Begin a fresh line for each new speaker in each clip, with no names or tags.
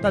大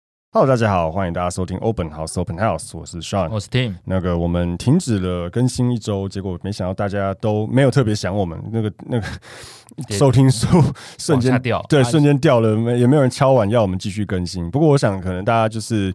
Hello，大家好，欢迎大家收听 Open House Open House，我是 Sean，
我是 Tim，
那个我们停止了更新一周，结果没想到大家都没有特别想我们，那个那个
也
收听数瞬
往下
间
掉，
对
啊
瞬间掉了，没也没有人敲碗要我们继续更新。不过我想可能大家就是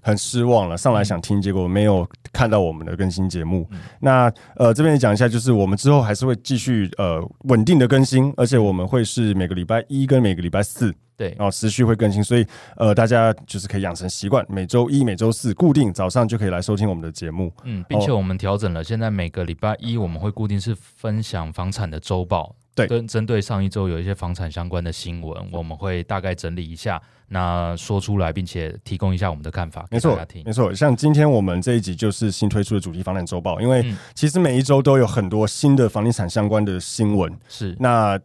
很失望了，上来
嗯
想听，结果没有看到我们的更新节目。那呃这边也讲一下，就是我们之后还是会继续呃稳定的更新，而且我们会是每个礼拜一跟每个礼拜四。
对，
然后持续哦会更新，所以呃，大家就是可以养成习惯，每周一、每周四固定早上就可以来收听我们的节目。
嗯，并且我们调整了，现在每个礼拜一我们会固定是分享房产的周报，
对
跟针对上一周有一些房产相关的新闻，我们会大概整理一下，那说出来，并且提供一下我们的看法
没
给
错
大家，听
没。错。像今天我们这一集就是新推出的主题房产周报，因为
嗯
其实每一周都有很多新的房地产相关的新闻。
是，
那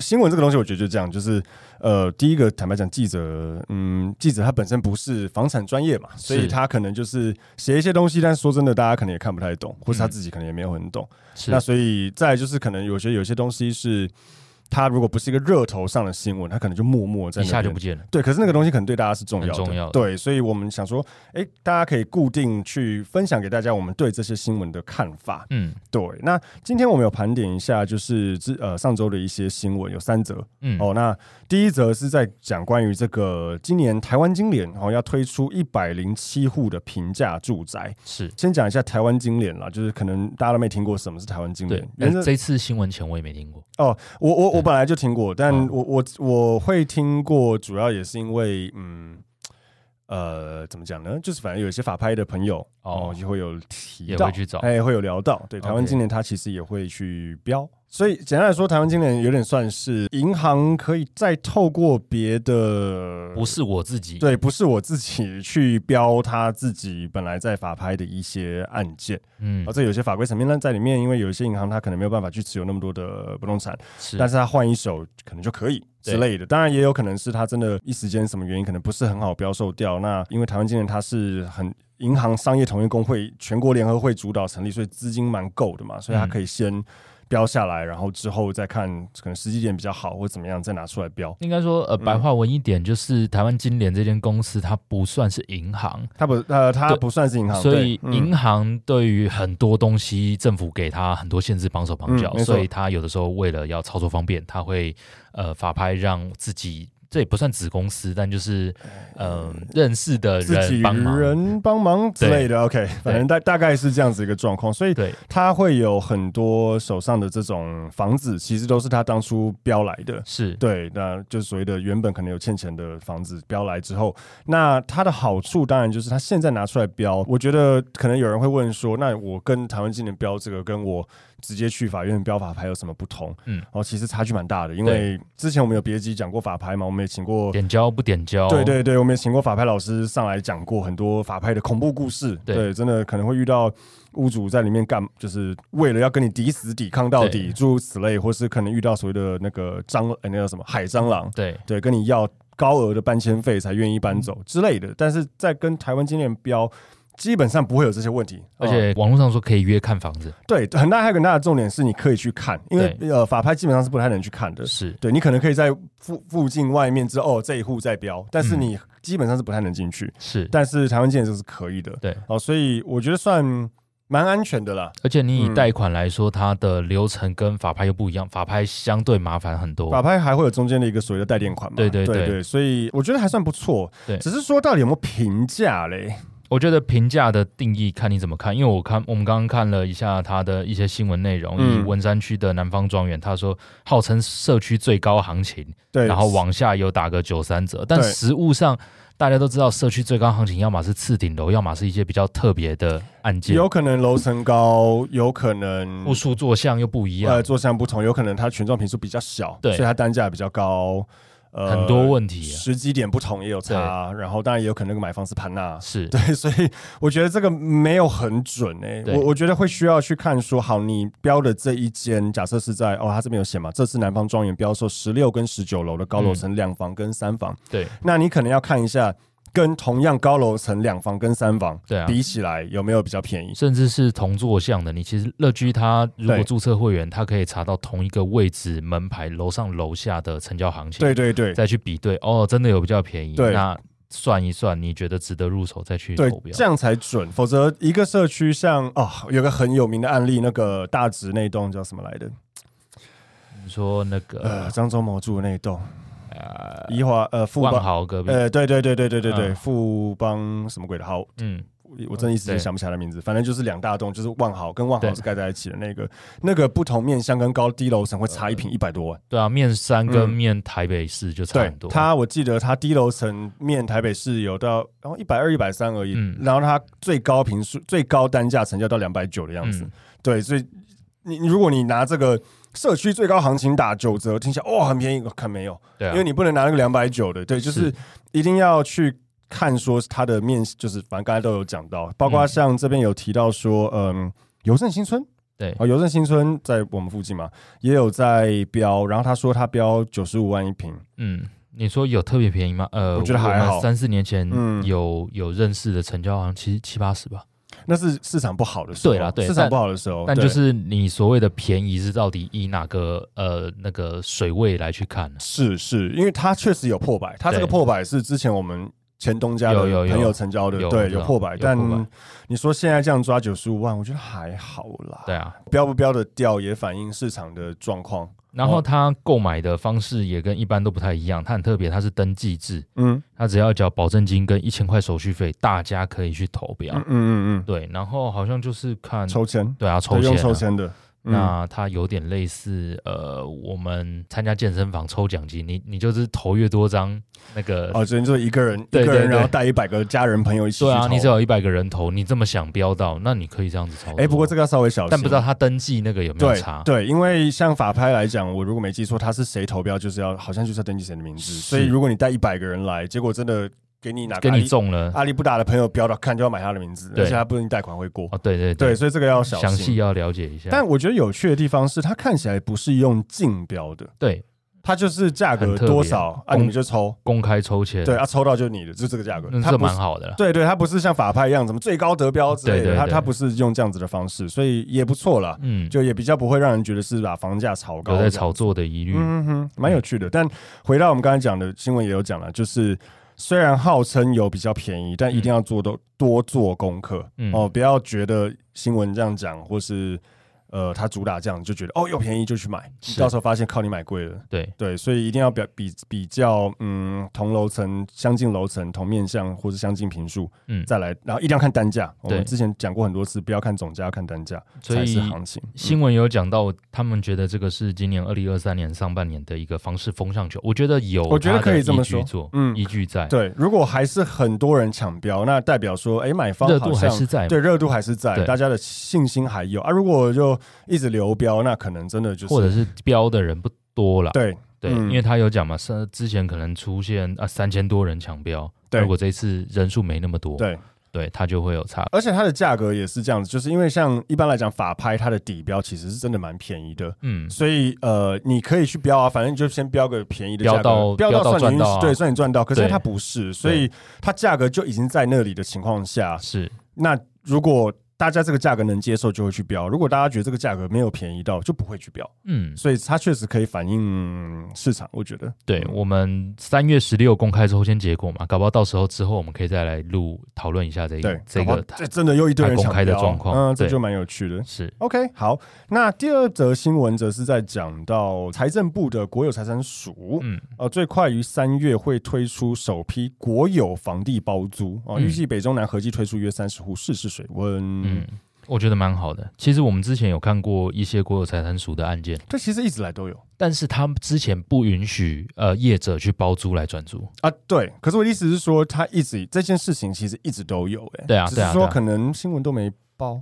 新闻这个东西，我觉得就这样，就是呃，第一个坦白讲，记者，嗯，记者他本身不是房产专业嘛，所以
是
他可能就是写一些东西，但是说真的，大家可能也看不太懂，或是他
嗯
自己可能也没有很懂。
是
那，所以再来就是可能有些有些东西是，它如果不是一个热头上的新闻，它可能就默默在
一
那
下就
边
不见了。
对，可是那个东西可能对大家是重要的，
很重要的
对，所以我们想说，哎，大家可以固定去分享给大家我们对这些新闻的看法。
嗯
对，那今天我们有盘点一下，就是之呃上周的一些新闻，有三则、
嗯，
哦。那第一则是在讲关于这个今年台湾金联哦要推出一百零七户的平价住宅。
是。
先讲一下台湾金联啦，就是可能大家都没听过什么是台湾金
对
联，，
呃
嗯原则
这次新闻前我也没听过。
哦，我我我本来就听过，但
嗯
我我我会听过，主要也是因为嗯。呃，怎么讲呢？就是反正有一些法拍的朋友哦
哦
就会有提
也
到，
会去找
哎，会有聊到。对，
OK
台湾今年它其实也会去标，所以简单来说，台湾今年有点算是银行可以再透过别的，
不是我自己，
对，不是我自己去标他自己本来在法拍的一些案件，
嗯
而，这有些法规层面呢在里面，因为有一些银行它可能没有办法去持有那么多的不动产。
是，
但是他换一手可能就可以之类的。当然也有可能是他真的一时间什么原因，可能不是很好标售掉。那因为台湾今年它是很银行商业同业工会全国联合会主导成立，所以资金蛮够的嘛，所以他
嗯
可以先。标下来，然后之后再看可能时机点比较好或怎么样，再拿出来标。
应该说，
嗯
呃，白话文一点就是，台湾金联这间公司它不算是银行，
它不呃，它
对
不算是银行，
所以
对嗯
银行对于很多东西，政府给他很多限制，绑手绑脚
嗯，没错
所以他有的时候为了要操作方便，他会呃法拍让自己这也不算子公司，但就是呃认识的
哎自己
人帮忙，
人帮忙之类的。OK，反正大大概是这样子一个状况，所以
对，
他会有很多手上的这种房子，其实都是他当初标来的。
是，
对，那就是所谓的原本可能有欠钱的房子标来之后，那它的好处当然就是它现在拿出来标，我觉得可能有人会问说，那我跟台湾今年标这个，跟我直接去法院标法拍有什么不同？嗯
嗯，
然后其实差距蛮大的，因为之前我们有别集讲过法拍嘛，我们也请过。
点交不点交，
对对对，我们也请过法拍老师上来讲过很多法拍的恐怖故事。
对
对，真的可能会遇到屋主在里面干，就是为了要跟你抵死抵抗到底，
对
诸如此类，或是可能遇到所谓的那个蟑，哎，那叫什么海蟑螂，
对
对，跟你要高额的搬迁费才愿意搬
嗯
走之类的。但是在跟台湾金联标，基本上不会有这些问题，
而
呃
且网络上说可以约看房子，
对很大还有一个很大的重点是你可以去看，因为呃法拍基本上是不太能去看的。
是
对你可能可以在附附近外面知道哦这一户在标，但是
嗯
你基本上是不太能进去。
是，
但是台湾建这是可以的
对。
哦，所以我觉得算蛮安全的啦。
而且
嗯
你以贷款来说，它的流程跟法拍又不一样，法拍相对麻烦很多。
法拍还会有中间的一个所谓的带电款嘛？
对对
对
对
所以我觉得还算不错。
对
只是说到底有没有评价嘞？
我觉得评价的定义看你怎么看，因为我看我们刚刚看了一下他的一些新闻内容，
嗯
以文山区的南方庄园，他说号称社区最高行情，
对，
然后往下有打个九三折，但
对
实物上大家都知道，社区最高行情要么是次顶楼，要么是一些比较特别的案件，
有可能楼层高，有可能
户数坐向又不一样，
呃坐向不同，有可能它权状平数比较小，
对
所以它单价比较高。呃
很多问题啊
时机点不同也有差，然后当然也有可能那个买方是潘娜。
是
呃对， 所以我觉得这个没有很准诶、
对
我我觉得会需要去看说，好，你标的这一间，假设是在哦，他这边有写嘛，这次南方庄园标售十六跟十九楼的高
嗯
楼层两房跟三房，
对
那你可能要看一下，跟同样高楼层两房跟三房
对啊，
比起来有没有比较便宜？
甚至是同座向的，你其实乐居它如果
对
注册会员，它可以查到同一个位置门牌楼上楼下的成交行情，
对对对，
再去比对，哦，真的有比较便宜，
对
那算一算，你觉得值得入手再去
对
投，标，
这样才准。否则一个社区像哦，有个很有名的案例，那个大直那栋叫什么来着？
你说那
呃，
个
张忠谋住的那栋，
呃
宜华呃富
万
邦，
豪隔壁，
呃，对对对对对对对，
嗯
富邦什么鬼的？好，
嗯，
我真的一时
对
间想不起来的名字。反正就是两大栋，就是万豪跟万豪
对
是盖在一起的那个，那个不同面向跟高低楼层会
呃
差一平一百多万。
对啊，面山跟
嗯
面台北市就差
对
很多，
它，我记得它低楼层面台北市有到，然后一百二、一百三而已，
嗯
然后它最高平数、最高单价成交到两百九的样子。
嗯
对，所以你你如果你拿这个社区最高行情打九折，听起来哇、很便宜，我看没有，
对啊，
因为你不能拿那个两百九的，对，就是
是
一定要去看说它的面，就是反正刚才都有讲到，包
嗯
括像这边有提到说，嗯，邮政新村。
对
哦，邮政新村在我们附近嘛，也有在标，然后他说他标九十五万一平，
嗯，你说有特别便宜吗？呃，
我觉得还好
三四年前
嗯
有、有认识的成交，好像七七八十吧。
那是市场不好的时候，
对啦对
市场不好的时候，
但
哦对
就是你所谓的便宜是到底以哪个呃那个水位来去看呢？
是是，因为它确实有破百，它这个
对
破百是之前我们前东家的
有有有
朋友成交的，
有我
对，
知道
有破百，
有
但
破百
你说现在这样抓九十五万，我觉得还好啦，
对啊，
标不标的掉也反映市场的状况，
然后它购买的方式也跟一般都不太一样，它很特别，它是登记制，
嗯
它只要缴保证金跟一千块手续费，大家可以去投标。
嗯嗯嗯
对，然后好像就是看
嗯，抽签，
对啊，抽
对
签、
用
啊，
抽签的，嗯
那它有点类似，呃，我们参加健身房抽奖金，你你就是投越多张那个，
哦，只能就是一个人一
呃对
个
对
人，
对
然后带一百个家人朋友一起去
对啊，你只
投
要有一百个人投，你这么想标到，那你可以这样子操作。
哎，不过这个
个，
要稍微小心，
但不知道他登记那个有没有
对
差？
对，因为像法拍来讲，我如果没记错，他是谁投标就是要好像就是要登记谁的名字，
是
所以如果你带一百个人来，结果真的给你哪个
跟
阿
你
里
中了，
阿里不达的朋友标到，看就要买他的名字，
对
而且他不能贷款会过，
哦，对对
对，，所以这个要小
详细
心。
要了解一下。
但我觉得有趣的地方是，它看起来不是用竞标的，
对
它就是价格
很特别哦
多少啊，
公
你们就抽，
公开抽签，
对啊，抽到就是你的，就这个价格
那，
它
嗯这
不
蛮
是。
好的啦。
对对，它不是像法拍一样什么最高得标之类
对对
的，它
对
它不是用这样子的方式，所以也不错啦，
嗯，
就也比较不会让人觉得是把房价炒高
有
这
在
样。
炒作的疑虑。
嗯哼，蛮有趣的。但回到我们刚才讲的新闻也有讲了，就是虽然号称有比较便宜，但一定要做多、多做功课、
嗯
哦，不要觉得新闻这样讲，或是呃他主打这样就觉得哦有便宜就去买，你
是
到时候发现靠你买贵了。
对，
对，所以一定要比比比较，嗯，同楼层、相近楼层、同面向或是相近平数，
嗯，
再来，然后一定要看单价。我们
对
之前讲过很多次，不要看总价，要看单价
所
才
以
是行嗯情。
新闻有讲到，他们觉得这个是今年二零二三年上半年的一个房市风向球，我觉得有，
我觉得可以这么说
做，
嗯
嗯，依据在，
对，如果还是很多人抢标，那代表说，哎，买方
热
好
度还
像
是在嘛，
对热度还是在，
对
大家的信心还有啊。如果就一直流标，那可能真的就是
或者是标的人不多了，
对
对，
嗯
因为他有讲嘛，是之前可能出现啊三千多人抢标，
对
如果这一次人数没那么多，，
对，
对他就会有差，
而且它的价格也是这样子，就是因为像一般来讲法拍它的底标其实是真的蛮便宜的。
嗯，
所以呃，你可以去标啊，反正你就先标个便宜的价格，
标到
标
标到
算你
赚到
运气
啊
对，算你赚到。可是
对
它不是，所以它价格就已经在那里的情况下，
是
那如果大家这个价格能接受，就会去标；如果大家觉得这个价格没有便宜到，就不会去标。
嗯，
所以它确实可以反映市场，我觉得。
对我们三月十六公开抽签结果嘛，搞不好到时候之后我们可以再来录讨论一下这一
对，
哎这
搞不
个
好这真的又一堆人
它公
抢
开的
标
状况
嗯，这
对
就蛮有趣的。
是
OK，好，那第二则新闻则是在讲到财政部的国有财产署，
嗯
呃，最快于三月会推出首批国有房地包租哦，
嗯
预计北中南合计推出约三十户，试试水温。
嗯，我觉得蛮好的。其实我们之前有看过一些国有财产署的案件，
这其实一直来都有
但是他们之前不允许呃业者去包租来转租，
啊，对。可是我的意思是说，它一直这件事情其实一直都有、欸，哎，
对啊
只
对
是
啊
说
对啊
可能新闻都没报。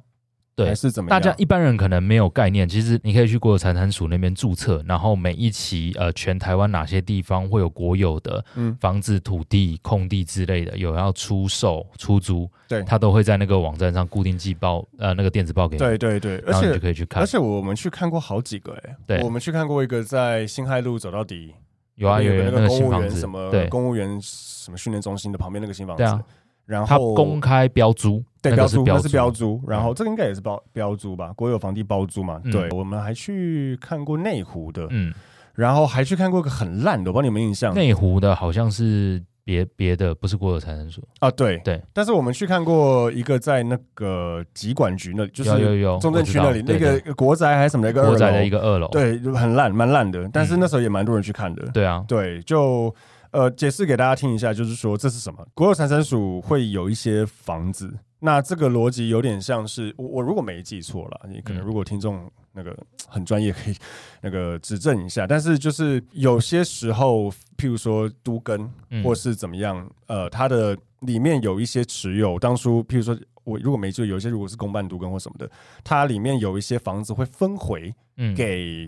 对
还，是怎么
大
样？
家一般人可能没有概念，其实你可以去国有财产署那边注册，然后每一期呃，全台湾哪些地方会有国有的
嗯
房子、土地、空地之类的，有要出售、出租，
对
它都会在那个网站上固定寄报，呃，那个电子报给你，
对对对，而
然后你就
且
可以去看
而。且我们去看过好几个哎、
对
我们去看过一个在新海路走到底，
有啊，有
有个
有那
那个
个新
公务
房
员
子
什，么
对，
公务员什么训练中心的旁边那个新房子，
对啊，
然
它
后
公开标租，
对
那
标
个是
租
标
那
租
是标租，然后这个应该也是包标租吧，国有房地包租嘛，
嗯
对，我们还去看过内湖的，
嗯，
然后还去看过一个很烂的，我不知道你们有没有印象
内湖的好像是别别的，不是国有财产署，
啊，对
对，
但是我们去看过一个在那个疾管局那里，就
有有
是
有，
中正
我知
区那
道
里
对
那个
对
国宅还是什么的一个
国宅的
二楼
一个嗯二楼，
对，很烂，蛮烂的。但是那时候也蛮多人去看的。
对啊，
对，就呃解释给大家听一下，就是说这是什么？国有财产署会有一些房子，那这个逻辑有点像是我我如果没记错了，你可能
嗯
如果听众那个很专业，可以那个指正一下。但是就是有些时候，譬如说都跟
嗯
或是怎么样，呃，它的里面有一些持有，当初譬如说。我如果没记错，有一些如果是公办独耕或什么的，它里面有一些房子会分回
嗯
给，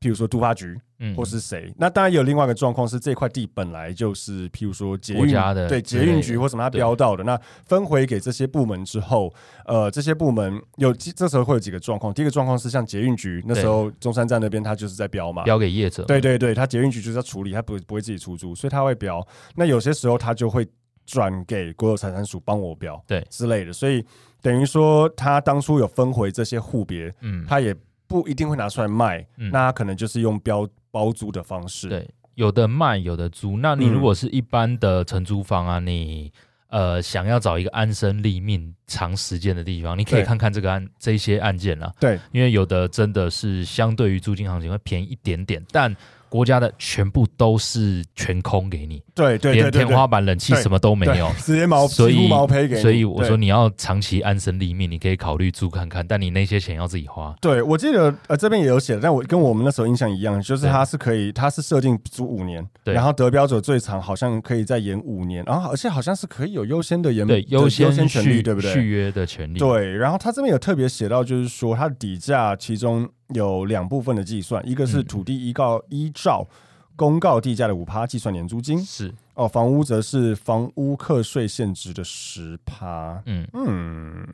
譬如说都发局，
嗯
或是谁。那当然有另外一个状况是，这块地本来就是，譬如说捷
国
运
家的
对
之
捷
类
运
的
局或什么它
对
标到的，那分回给这些部门之后，呃，这些部门有几这时候会有几个状况。第一个状况是像捷运局那时候中山站那边，它就是在标嘛。
嗯标给业者，
对对对，它捷运局就是要处理，它不不会自己出租，所以它会标。那有些时候它就会转给国有财产署帮我标，
对
之类的。所以等于说，它当初有分回这些户别，
嗯，
它也不一定会拿出来卖，
嗯
那它可能就是用标包租的方式。
对，有的卖，有的租。那你
嗯
如果是一般的承租方啊，你呃想要找一个安身立命、长时间的地方，你可以
对
看看这个案这一些案件啦，
对，
因为有的真的是相对于租金行情会便宜一点点，但。国家的全部都是全空给你，
对对
连
对对
天
对，
花板、冷气
对
什么都没有
对，直接毛
所
几乎
以
毛坯给你。
所以我说
对，
你要长期安身立命，你可以考虑租看看，但你那些钱要自己花。
对我记得呃这边也有写，但我跟我们那时候印象一样，就是
对
它是可以，它是设定租五年，
对
然后得标者最长好像可以再延五年，然后而且好像是可以有优先的延
对，
的
优
嗯优先权利，
续
对不
续
对？
约的权利。
对，然后它这边有特别写到，就是说它的底价其中有两部分的计算，一个是
嗯
土地依告依照公告地价的五趴计算年租金，
是，
哦，房屋则是房屋课税现值的十趴，
嗯，
嗯，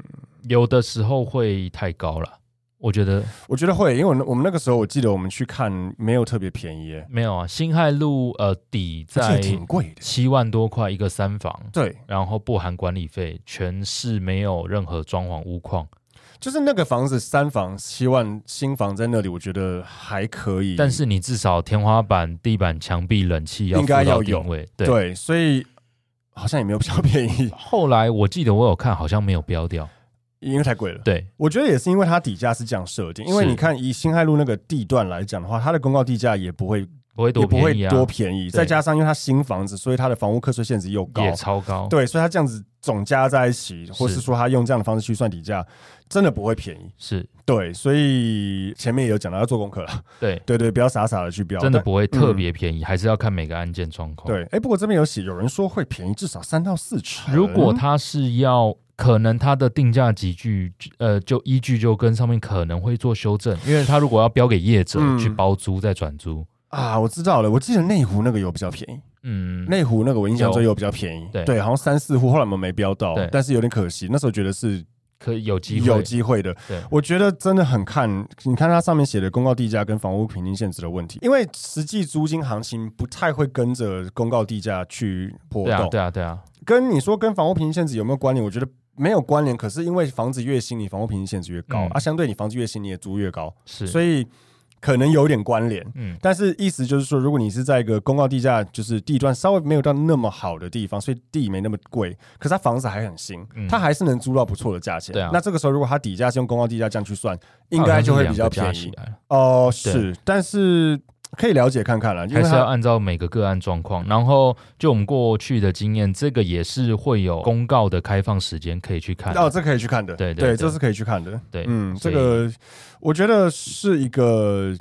有的时候会太高了，我觉得
我觉得会，因为我那我们那个时候我记得我们去看没有特别便宜耶，
没有啊。新海路呃底
而
在
且挺贵的。
七万多块一个三房，
对，
然后不含管理费，全市没有任何装潢屋况，
就是那个房子三房七万，新房在那里，我觉得还可以。
但是你至少天花板、地板、墙壁、冷气要
应该
附到
要有
定位。
对
对，
所以好像也没有比较便宜，
后来我记得我有看，好像没有标掉。
因为太贵了。
对，
我觉得也是因为它底价是这样设定，因为
是
你看以新海路那个地段来讲的话，它的公告地价也不会
不会
也
多
不
便
会
宜啊，
多便宜，
对
再加上因为它新房子，所以它的房屋课税限值又高，
也超高。
对，所以它这样子总加在一起，或
是
是说它用这样的方式去算底价，真的不会便宜。
是，
对，所以前面也有讲到要做功课了，
对，
对对，不要傻傻的去标，
真的
但
不会特别便宜，还是要看每个案件状况。
对。哎，不过这边有写，有人说会便宜至少三到四成。
如果它是要，可能它的定价集聚，呃，就依据就跟上面可能会做修正，因为它如果要标给业者
嗯
去包租再转租，
啊，我知道了，我记得内湖那个有比较便宜，
嗯，
内湖那个我印象中
有
有比较便宜，
对
好像三四户，后来我们没标到
对，
但是有点可惜，那时候觉得是
可有机会
有机会的
对。
我觉得真的很看，你看它上面写的公告地价跟房屋平均限值的问题，因为实际租金行情不太会跟着公告地价去波
对啊，
动，
对啊，对啊，
跟你说跟房屋平均限值有没有关联？我觉得没有关联。可是因为房子越新，你房屋平均限值越高、
嗯
啊，相对你房子越新，你也租越高，
是，
所以可能有点关联。
嗯，
但是意思就是说，如果你是在一个公告地价，就是地段稍微没有到那么好的地方，所以地没那么贵，可是它房子还很新
嗯，
它还是能租到不错的价钱。
对啊
那这个时候如果它底价是用公告地价这样去算，应
它好
该
像
就是会
两
比较
个加
便
起
宜
来了，
哦。是，但是可以了解看看了，因
还
为
是要
它
按照每个个案状况。然后就我们过去的经验，这个也是会有公告的开放时间可以去看。
哦，这可以去看的，
哎对对
对，
对
这是可以去看的。
对，
嗯，这
所以
个我觉得是一个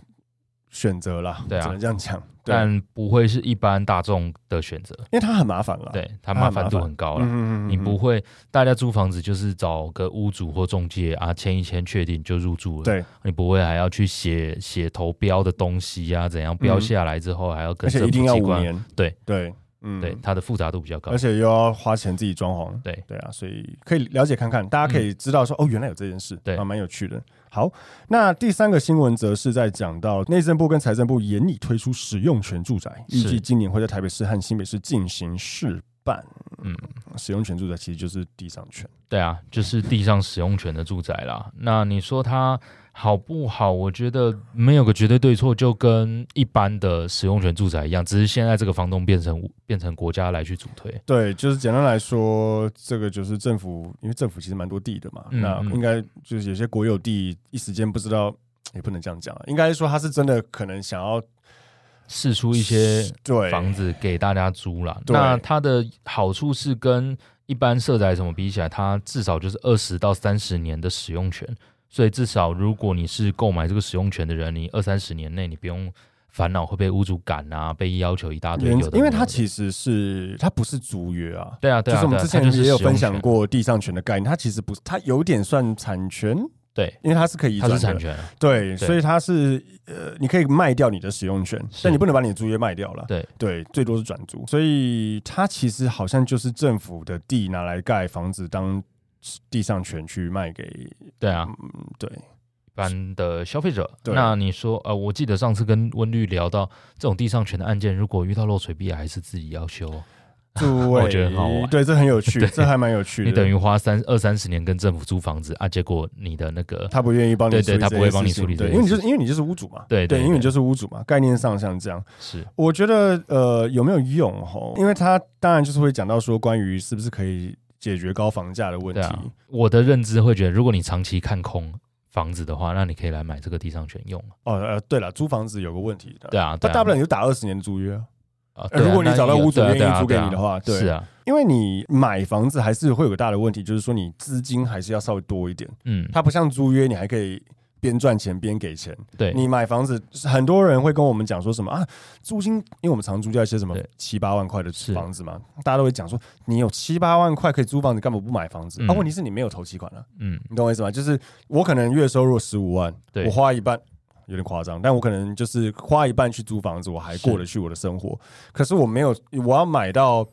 选择啦，
对啊
只能这样讲。对，因
但不会是一般大众的选择，
为它很麻烦了。，
对，它
它啊
麻
很麻
烦度
烦
很高了。
嗯
你不会，大家租房子就是找个屋主或中介啊，签一签，确定就入住了。
对，
你不会还要去写写投标的东西啊，怎样标
嗯
下来之后还要跟
而且
政
一定
府
要
机
五
关，
年。
对
对，嗯
对，它的复杂度比较高
而。且又要花钱自己装潢，
对嗯
对啊，所以可以了解看看，大家可以知道说、哦，原来有这件事，
对
啊，蛮有趣的。好，那第三个新闻则是在讲到内政部跟财政部研拟推出使用权住宅，
是
预计今年会在台北市和新北市进行试办。
嗯，
使用权住宅其实就是地上权，
对啊，就是地上使用权的住宅啦。那你说它好不好？我觉得没有个绝对对错，就跟一般的使用权住宅一样，只是现在这个房东变成变成国家来去主推。
对，就是简单来说，这个就是政府，因为政府其实蛮多地的嘛，
嗯
那
嗯
应该就是有些国有地一时间不知道，也不能这样讲啊，应该说他是真的可能想要
试出一些
对
房子给大家租啦。
对
那它的好处是跟一般社宅什么比起来，它至少就是二十到三十年的使用权，所以至少如果你是购买这个使用权的人，你二三十年内你不用烦恼会被屋主赶啊，被要求一大堆
原
有的没有的。
因为它其实是它不是租约啊，
对啊对
就
啊，
是我们
对啊
之
它
前
就是
也有
使用
分享
权，
过地上权的概念，它其实不是，它有点算产权，
对，
因为它是可以移
它
转
是
的，
产权，
对，
对
所以它是呃，你可以卖掉你的使用权，
是
但你不能把你的租约卖掉了，
对
对，最多是转租，所以它其实好像就是政府的地拿来盖房子当地上权去卖给，
对啊，
嗯，对，
一般的消费者。
对
那你说，呃，我记得上次跟温律聊到这种地上权的案件，如果遇到漏水壁，还是自己要修。
诸
我
位
觉得很好玩
对，这很有 趣，这还蛮有趣的，
你等于花三二三十年跟政府租房子啊，结果你的那个
他不愿意帮你
对
处
对
理
他
这
不会
件
帮
事
你
情
处理这
对，因
件
为你
事
就是因为你就是屋主嘛，
对对
因为你
对
就是屋主嘛，概念上像这样。
是
我觉得呃有没有用吼？因为他当然就是会讲到说关于是不是可以解决高房价的问
对
题，
啊，我的认知会觉得，如果你长期看空房子的话，那你可以来买这个地上权用。
哦呃对了，租房子有个问题的，
对啊，
他
对啊
大不了你就打二十年的租约啊，
啊
呃
对啊
如果你
那
找到
有
屋主
对啊
愿意
对啊
租给
对啊
你的话对
是啊，
因为你买房子还是会有个大的问题，就是说你资金还是要稍微多一点，
嗯，
它不像租约你还可以。边赚钱边给钱，
对，
你买房子，很多人会跟我们讲说什么啊？租金，因为我们常租掉一些什么
对
七八万块的
是
房子嘛，大家都会讲说，你有七八万块可以租房子，干嘛不买房子？
嗯
啊，问题是你没有投期款啊，
嗯，
你懂我意思吗？就是我可能月收入十五万，
对
我花一半有点夸张，但我可能就是花一半去租房子，我还过得去我的生活。可是我没有，我要买到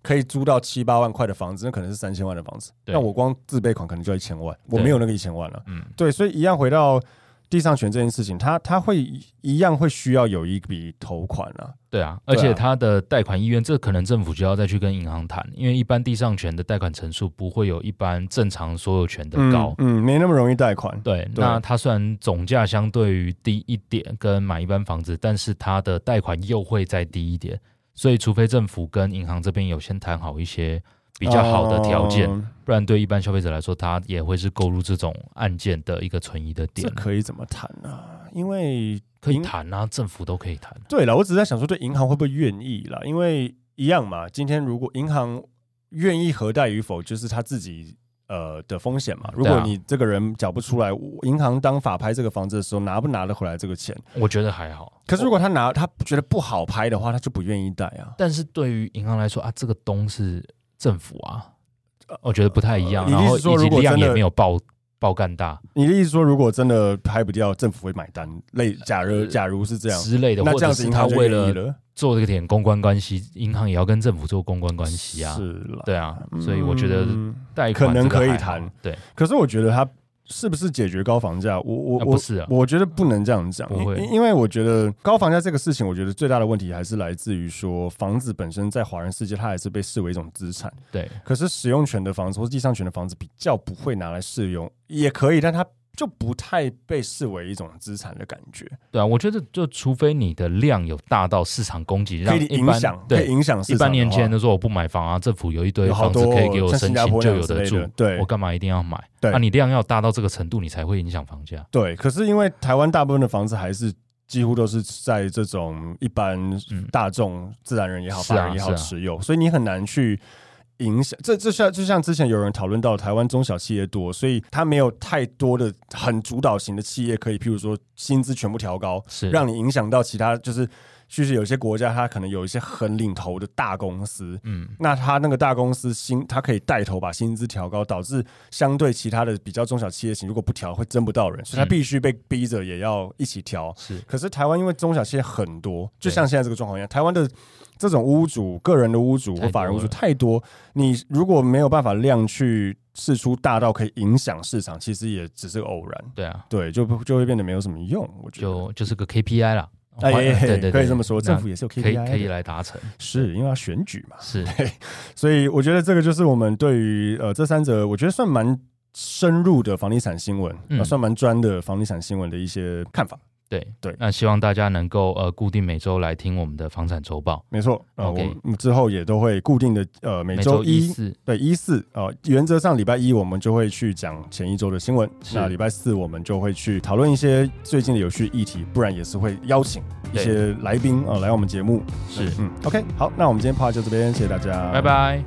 可以租到七八万块的房子，那可能是三千万的房子，
对
那我光自备款可能就要一千万，我
对
没有那个一千万了、
嗯，
对，所以一样回到地上权这件事情，它它会一样会需要有一笔头款啊，
对啊，
对
而
啊
且它的贷款意愿，这可能政府就要再去跟银行谈，因为一般地上权的贷款成数不会有一般正常所有权的高。
嗯，嗯，没那么容易贷款。
对，
对
那它虽然总价相对于低一点，跟买一般房子，但是它的贷款又会再低一点，所以除非政府跟银行这边有先谈好一些比较好的条件，
嗯
不然对一般消费者来说，它也会是购入这种案件的一个存疑的
这
点。
可以怎么谈啊？因为
可以
银
谈啊，政府都可以谈。
对了，我只是在想说，对银行会不会愿意啦？因为一样嘛，今天如果银行愿意核贷与否，就是他自己呃的风险嘛。如
对
果
啊
你这个人缴不出来，我银行当法拍这个房子的时候，拿不拿得回来这个钱？
我觉得还好。
可是如果他拿，他觉得不好拍的话，他就不愿意贷啊。
但是对于银行来说啊，这个东是政府啊，我觉得不太一样。
呃你的
然
意思说
后以及
如果
量
真的
也没有爆爆干大
你的意思说，如果真的拍不掉，政府会买单？类假如
呃
假如是这样，
之类的，
那
或
这
者
样子
是
银
他
行就
为
愿意
了
了
做这个点公关关系，银行也要跟政府做公关关系啊。
是啦，
对啊，所以我觉得
嗯
贷款
可能
这个
可以
还好
谈，
对，
可是我觉得它是不是解决高房价？我我
啊
我
不是啊
我觉得不能这样讲，
不会
因因为我觉得高房价这个事情，我觉得最大的问题还是来自于说房子本身在华人世界它还是被视为一种资产，
对，
可是使用权的房子或是地上权的房子比较不会拿来适用，也可以，但它就不太被视为一种资产的感觉，
对啊，我觉得就除非你的量有大到市场供给，
可
让
以
一
影
般
响，可以
对
影响市
一
场的话。
般年轻人都说我不买房啊，政府有一堆
有好
房子
多
可以给我
像
申
新加
请
坡那
就
样
有
之
得
类
住
的，对
我干嘛一定要买？
对
那你量要大到这个程度，你才会影响房价。
对，可是因为台湾大部分的房子还是几乎都是在这种一般
嗯
大众、自然人也好、
是
法
啊
人也好
是啊
持有，所以你很难去影响，这这像就像之前有人讨论到台湾中小企业多，所以它没有太多的很主导型的企业可以，譬如说薪资全部调高，
是
让你影响到其他，就是其实有些国家它可能有一些很领头的大公司，
嗯
那它那个大公司薪，它可以带头把薪资调高，导致相对其他的比较中小企业型，如果不调会争不到人，所以它
嗯
必须被逼着也要一起调。
是
可是台湾因为中小企业很多，就
对
像现在这个状况一样，台湾的这种屋主、个人的屋主
太
或法人屋主
多了
太多，你如果没有办法量去试出大到可以影响市场，其实也只是偶然，
对啊，
对，就不就会变得没有什么用。我觉得，
就就是个 KPI 啦，哦
哎
对
哎，
对
哎
对，
可以这么说，
那
政府也是有
可以
KPI
可以
的，
来达成，
是因为要选举嘛，
是
所以我觉得这个就是我们对于呃这三则，我觉得算蛮深入的房地产新闻，
嗯
呃算蛮专的房地产新闻的一些看法。
对
对
那希望大家能够呃固定每周来听我们的房产周报，
没错，呃，
OK
我们之后也都会固定的呃每
每
周
一
一
四
对一四呃，原则上礼拜一我们就会去讲前一周的新闻，
是
那礼拜四我们就会去讨论一些最近的有趣议题，不然也是会邀请一
对
些来宾啊、呃来我们节目。
是，
嗯，OK，好，那我们今天 p 就这边，谢谢大家，
拜。拜。